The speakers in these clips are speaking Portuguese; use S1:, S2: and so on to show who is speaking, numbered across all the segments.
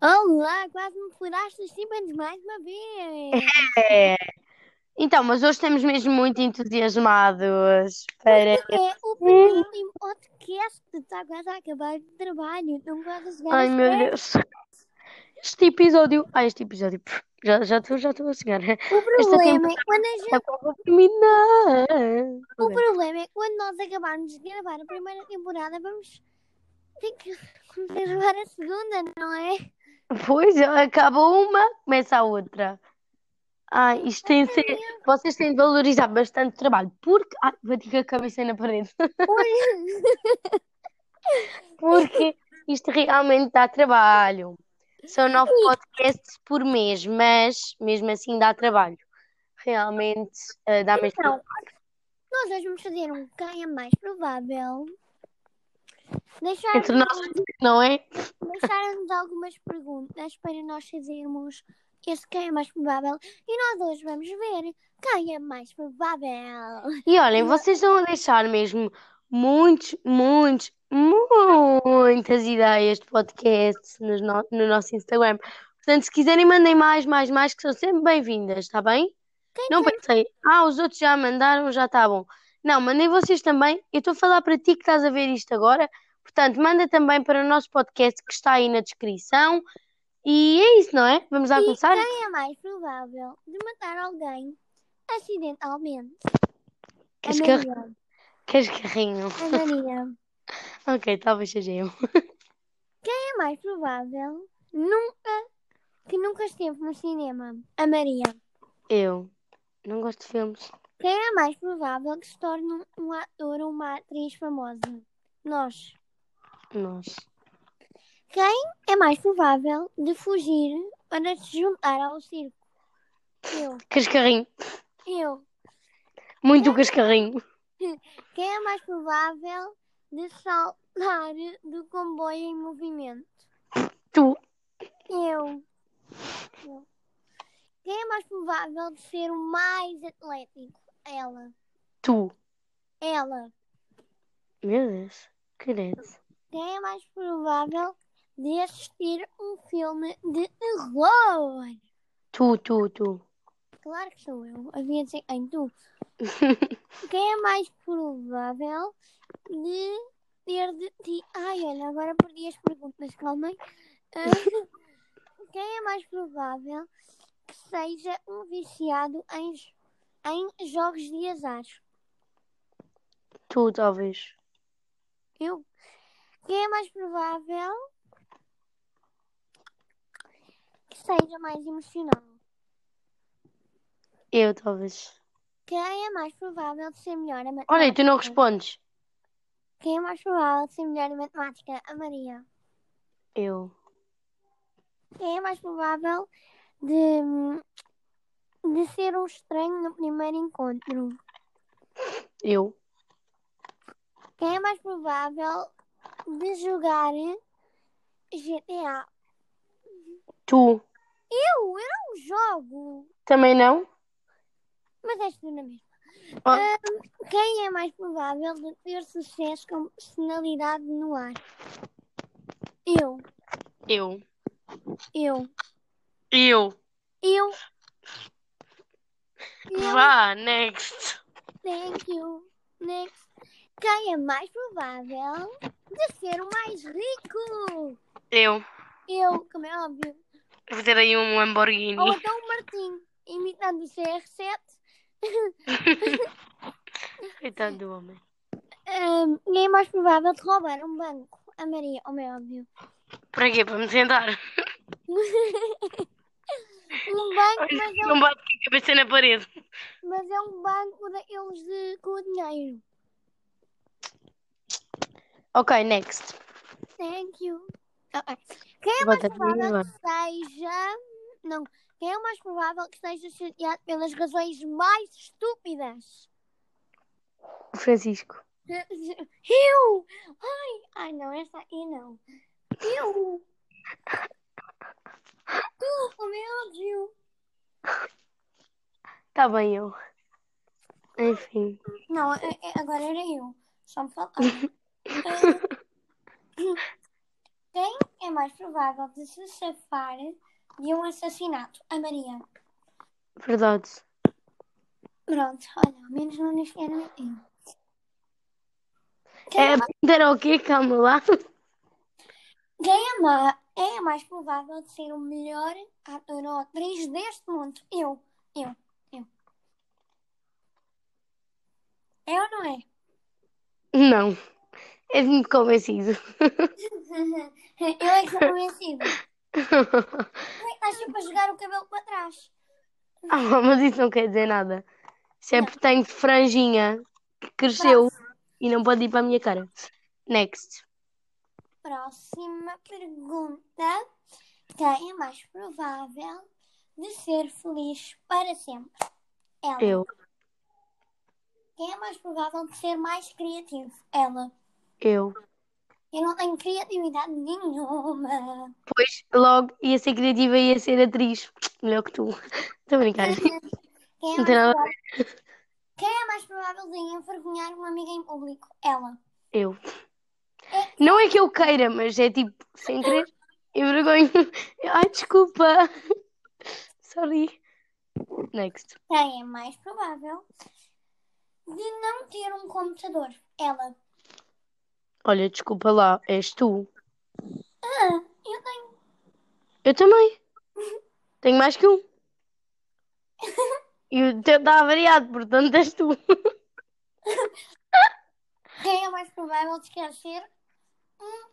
S1: Ah, quase me furaste os tímpanos mais uma vez.
S2: É. Então, mas hoje estamos mesmo muito entusiasmados para.
S1: É o penúltimo podcast. Está quase a acabar o trabalho. Não quase a chegar
S2: Ai
S1: às
S2: meu
S1: férias.
S2: Deus. Este episódio. Ai, este episódio. pff, Já já estou já estou a chegar. É
S1: O problema é quando a gente-
S2: qual vou terminar.
S1: O problema é que quando nós acabarmos de gravar a primeira temporada, vamos ter que começar a gravar a segunda, não é?
S2: Pois, acaba uma, começa a outra. Ai, isto tem de ser. Vocês têm de valorizar bastante o trabalho, porque. Ai, bati com a cabeça na parede.
S1: Olha,
S2: Porque isto realmente dá trabalho. São nove podcasts por mês, mas mesmo assim dá trabalho. Realmente eh, dá mesmo
S1: Então, nós hoje vamos fazer um quem é mais provável. Deixar-
S2: entre nós, não é?
S1: Deixaram-nos algumas perguntas para nós fazermos esse quem é mais provável e nós hoje vamos ver quem é mais provável.
S2: E olhem, vocês estão a deixar mesmo muitos, muitos, muitas ideias de podcasts nos no, no nosso Instagram. Portanto, se quiserem, mandem mais, mais, mais, que são sempre bem-vindas, está bem? Não pensei, ah, os outros já mandaram, já está bom. Não, mandem vocês também. Eu estou a falar para ti que estás a ver isto agora. Portanto, manda também para o nosso podcast que está aí na descrição. E é isso, não é? Vamos lá
S1: E
S2: começar?
S1: Quem é mais provável de matar alguém acidentalmente? A
S2: Queres, carr-
S1: Maria.
S2: Queres carrinho?
S1: A Maria.
S2: Ok, talvez seja eu.
S1: Quem é mais provável nunca que nunca esteve no cinema? A Maria.
S2: Eu não gosto de filmes.
S1: Quem é mais provável que se torne um- um ator ou uma atriz famosa? Nós.
S2: Nós.
S1: É mais provável de fugir para se juntar ao circo. Eu,
S2: Cascarrinho.
S1: eu.
S2: Muito cascarrinho.
S1: Quem é mais provável de saltar do comboio em movimento?
S2: Tu.
S1: Eu. eu. Quem é mais provável de ser o mais atlético? Ela.
S2: Tu.
S1: Ela.
S2: Meu Deus. Credo.
S1: Quem é mais provável de assistir um filme de terror?
S2: Tu, tu, tu.
S1: Claro que sou eu. Havia de ser em tu. Quem é mais provável de ter de ti? Ai, olha, agora perdi as perguntas, calmem. Ah, Quem é mais provável que seja um viciado em, jo- em jogos de azar?
S2: Tu, talvez.
S1: Eu. Quem é mais provável que seja mais emocional?
S2: Eu, talvez.
S1: Quem é mais provável de ser melhor a matemática?
S2: Olha, e tu não respondes.
S1: Quem é mais provável de ser melhor em matemática? A Maria.
S2: Eu.
S1: Quem é mais provável de, de ser um estranho no primeiro encontro?
S2: Eu.
S1: Quem é mais provável de jogar GTA?
S2: Tu.
S1: Eu, eu não jogo,
S2: Também não?
S1: mas és tu na mesma.
S2: Ah.
S1: Ahm, quem é mais provável de ter sucesso com personalidade no ar? Eu,
S2: Eu.
S1: eu,
S2: Eu.
S1: eu. Eu.
S2: Vá, next.
S1: Thank you. Next. Quem é mais provável de ser o mais rico?
S2: Eu.
S1: Eu, como é óbvio.
S2: Vou ter aí um Lamborghini.
S1: Ou então o Martim, imitando o CR7.
S2: Coitado do homem.
S1: Ahm, quem é mais provável de roubar um banco? A Maria, como é óbvio.
S2: Para quê? Para me sentar?
S1: Um banco, mas é um,
S2: Não bate com a cabeça na parede.
S1: mas é um banco daqueles de, com o dinheiro.
S2: Ok, next.
S1: Thank you. Ok. Quem é
S2: Vou
S1: mais
S2: ter
S1: provável
S2: agora.
S1: que seja. Não. Quem é mais provável que seja chateado pelas razões mais estúpidas?
S2: Francisco.
S1: Eu! Ai! Ai não, essa aqui não. Eu! Tu, o meu Deus!
S2: Tá bem, eu. Enfim.
S1: Não, é- é- agora era eu. Só me faltava. Eh, Quem é mais provável de se safar de um assassinato a Maria.
S2: Verdade.
S1: Pronto, olha, ao menos não nos quero eu. Quem
S2: É,
S1: é,
S2: era o quê? Calma lá.
S1: quem é, ma- quem é mais provável de ser o melhor ator ou atriz deste mundo? Eu, eu, eu. É ou não é?
S2: Não. És muito convencido.
S1: Eu é que sou convencida. Como é que estás sempre a jogar o cabelo para trás?
S2: Ah, mas isso não quer dizer nada. Sempre tenho franjinha que cresceu e não pode ir para a minha cara. Next.
S1: Próxima pergunta. Quem é mais provável de ser feliz para sempre? Ela.
S2: Eu.
S1: Quem é mais provável de ser mais criativo? Ela.
S2: Eu.
S1: Eu não tenho criatividade nenhuma.
S2: Pois logo ia ser criativa e ia ser atriz. Melhor que tu. Estou a brincar.
S1: Quem é,
S2: Não tem nada a
S1: mais provável... Quem é mais provável de envergonhar uma amiga em público? Ela.
S2: Eu. Não é que eu queira, mas é tipo, sem querer, envergonho. Ai, desculpa. Sorry. Next.
S1: Quem é mais provável de não ter um computador? Ela.
S2: Olha, desculpa lá, és tu.
S1: Ah, eu tenho.
S2: Eu também. Tenho mais que um. E o teu está variado, portanto és tu.
S1: Quem é mais provável de esquecer um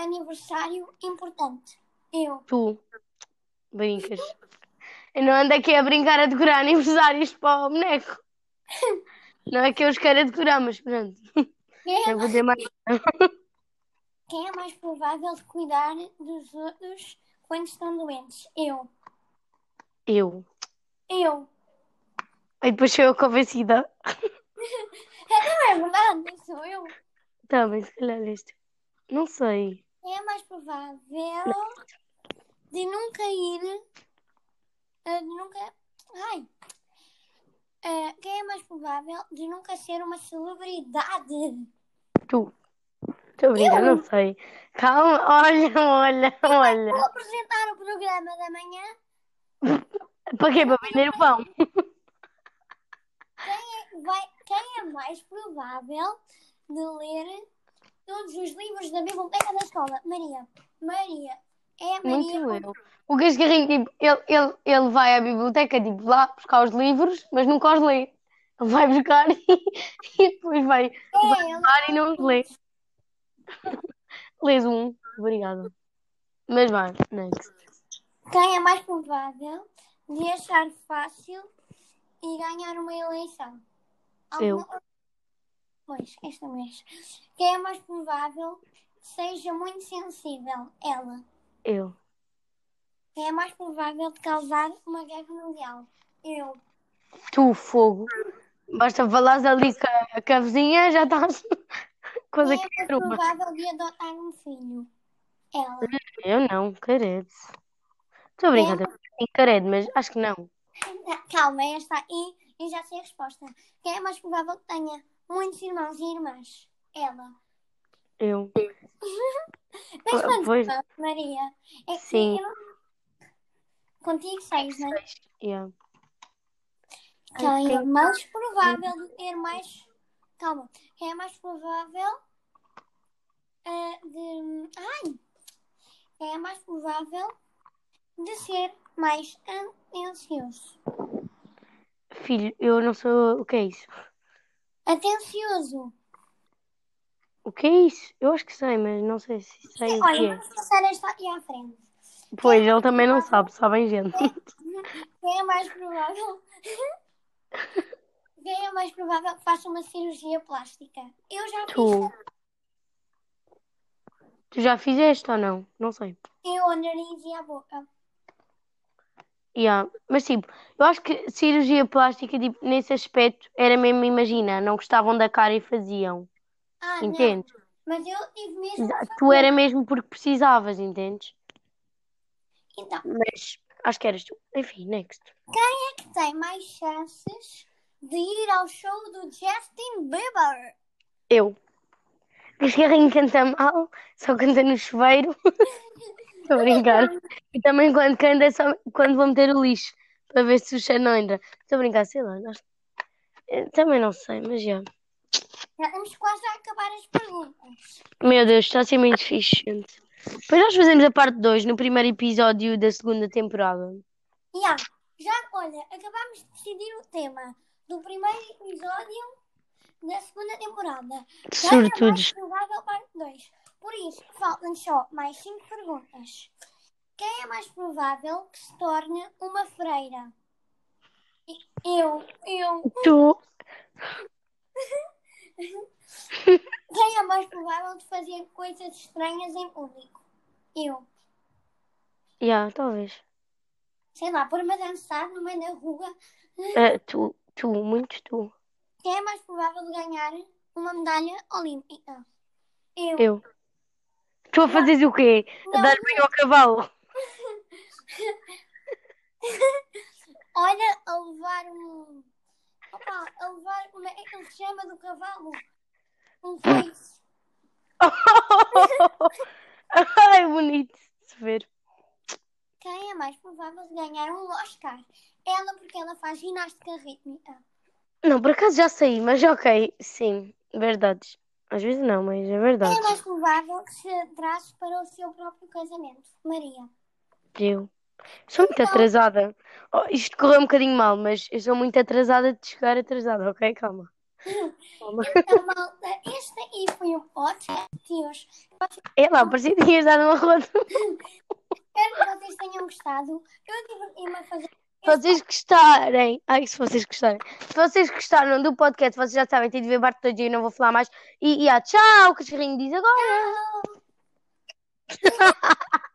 S1: aniversário importante? Eu.
S2: Tu. Brincas. Eu não ando aqui a brincar a decorar aniversários para o boneco. Não é que eu os queira decorar, mas pronto.
S1: Quem é,
S2: Eu vou ter mais.
S1: quem é mais provável de cuidar dos outros quando estão doentes? Eu.
S2: Eu.
S1: Eu.
S2: E depois sou eu convencida.
S1: Não é verdade, sou eu.
S2: Tá, mas se calhar és tu. Não sei.
S1: Quem é mais provável de nunca ir. eh, De nunca. Ai! Eh, quem é mais provável de nunca ser uma celebridade?
S2: Tu. Estou a brincar, não sei. Calma, olha, olha, olha.
S1: Vou apresentar o programa da manhã.
S2: Para quê? Para vender o pão.
S1: Quem é, vai- quem é mais provável de ler todos os livros da biblioteca da escola? Maria. Maria. É a
S2: Muito
S1: Maria.
S2: eu. O Gascarrinho, tipo, ele, ele, ele vai à biblioteca, tipo, lá buscar os livros, mas nunca os lê. Ele vai buscar e, e depois vai
S1: É, ela.
S2: buscar e não os lê. Lês um. Obrigada. Mas vai, next.
S1: Quem é mais provável de achar fácil e ganhar uma eleição?
S2: Eu.
S1: Alguma- Pois, esta mês. Quem é mais provável que seja muito sensível? Ela.
S2: Eu.
S1: Quem é mais provável de causar uma guerra mundial? Eu.
S2: Tu, fogo. Basta falares ali com a, com a vizinha, já estás.
S1: Quem
S2: Coisa
S1: é
S2: que
S1: mais
S2: era uma.
S1: provável de adotar um filho? Ela.
S2: Eu não, querido. Estou a brincar, sim, querido, mas acho que não.
S1: Ah, Calma, esta aí e já sei a resposta. Quem é mais provável que tenha muitos irmãos e irmãs? Ela.
S2: Eu.
S1: Tens quantos
S2: Ah, Pois.
S1: irmãos, Maria? É que
S2: Sim.
S1: eu não- Contigo seis, né?
S2: Yeah.
S1: Quem é mais provável de ter mais. Calma. Quem é mais provável eh, de. Ai! Quem é mais provável de ser mais an- ansioso?
S2: Filho, eu não sou. O que é isso?
S1: Atencioso!
S2: O que é isso? Eu acho que sei, mas não sei se é. sei o que
S1: Olha,
S2: é.
S1: vamos passar esta aqui à frente.
S2: Pois, ele também não sabe, sabem gente.
S1: Quem é mais provável? Quem é mais provável que faça uma cirurgia plástica? Eu já fiz.
S2: Tu. Tu já fizeste ou não? Não sei.
S1: Eu, o nariz e a boca.
S2: Yeah. Mas tipo, eu acho que cirurgia plástica, tipo, nesse aspecto, era mesmo, imagina, não gostavam da cara e faziam.
S1: Ah, não.
S2: Entendes?
S1: Mas eu tive mesmo.
S2: Tu era mesmo porque precisavas, entendes?
S1: Então,
S2: Mas acho que eras tu. Enfim, next.
S1: que tem mais chances de ir ao show do Justin Bieber?
S2: Eu. Gascarrinho canta mal, só canta no chuveiro. Estou a brincar. E também quando, quando, é só- quando vou meter o lixo, para ver se o cheiro não entra. Estou a brincar, sei lá. nós- eh, Também não sei, mas já.
S1: Já estamos quase a acabar as perguntas.
S2: Meu Deus, está a ser muito fixe, gente. Depois nós fazemos a parte 2 no primeiro episódio da segunda temporada.
S1: Já, já, olha, acabámos de decidir o tema do primeiro episódio da segunda temporada.
S2: De
S1: Já é mais
S2: Sortudos.
S1: provável parte 2. Por isso, faltam só mais 5 perguntas. Quem é mais provável que se torne uma freira? E- Eu, eu.
S2: Tu.
S1: Quem é mais provável de fazer coisas estranhas em público? Eu.
S2: Já, talvez.
S1: Sei lá, pôr-me a dançar no meio da rua.
S2: Eh, tu, tu, muito tu.
S1: Quem é mais provável de ganhar uma medalha olímpica? Eu.
S2: Eu. Tu a fazeres o quê? A
S1: Não,
S2: dar bem ao cavalo?
S1: Olha, a levar um. Opa, a levar. Como é que ele se chama do cavalo? Um foice.
S2: Ai, bonito de se ver.
S1: Quem é mais provável de ganhar um Oscar? Ela, porque ela faz ginástica rítmica.
S2: Não, por acaso já saí, mas ok, sim, verdades. Às vezes não, mas é
S1: Quem é
S2: verdade.
S1: mais provável que se traz para o seu próprio casamento? Maria.
S2: Eu sou muito atrasada. Oh, isto correu um bocadinho mal, mas eu sou muito atrasada de chegar atrasada, ok? Calma. Calma.
S1: Então, malta, este aí foi um o podcast de hoje.
S2: É lá, parecia que tinhas dado uma roda.
S1: Espero que vocês tenham gostado. Eu diverti-me a fazer.
S2: Se vocês gostarem, ai, se vocês gostarem, se vocês gostaram do podcast, vocês já sabem, tem de ver parte todo dia, eu não vou falar mais. E, e ah, tchau, o cachorrinho diz agora.
S1: Tchau!